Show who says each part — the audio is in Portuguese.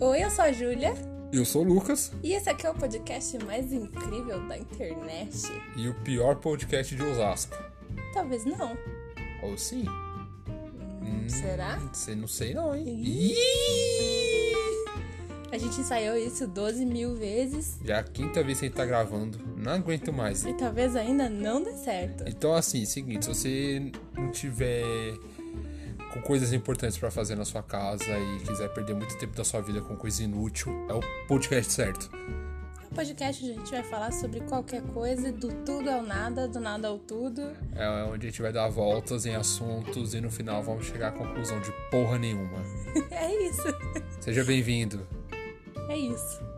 Speaker 1: Oi, eu sou a Júlia
Speaker 2: Eu sou o Lucas
Speaker 1: e esse aqui é o podcast mais incrível da internet.
Speaker 2: e o pior podcast de Osasco.
Speaker 1: Talvez não.
Speaker 2: Ou sim?
Speaker 1: Hum, Será?
Speaker 2: Sei, não sei não, hein?
Speaker 1: Ih.
Speaker 2: Ih!
Speaker 1: A gente ensaiou isso 12 mil vezes
Speaker 2: Já é a quinta vez que a gente tá gravando. Não aguento mais.
Speaker 1: e talvez ainda não dê certo.
Speaker 2: Então assim, seguinte, se você não tiver com coisas importantes pra fazer na sua casa e quiser perder muito tempo da sua vida com coisa inútil, é o podcast certo.
Speaker 1: No podcast a gente vai falar sobre qualquer coisa, do tudo ao nada, do nada ao tudo.
Speaker 2: É onde a gente vai dar voltas em assuntos e no final vamos chegar à conclusão de porra nenhuma.
Speaker 1: É isso.
Speaker 2: Seja bem-vindo.
Speaker 1: É isso.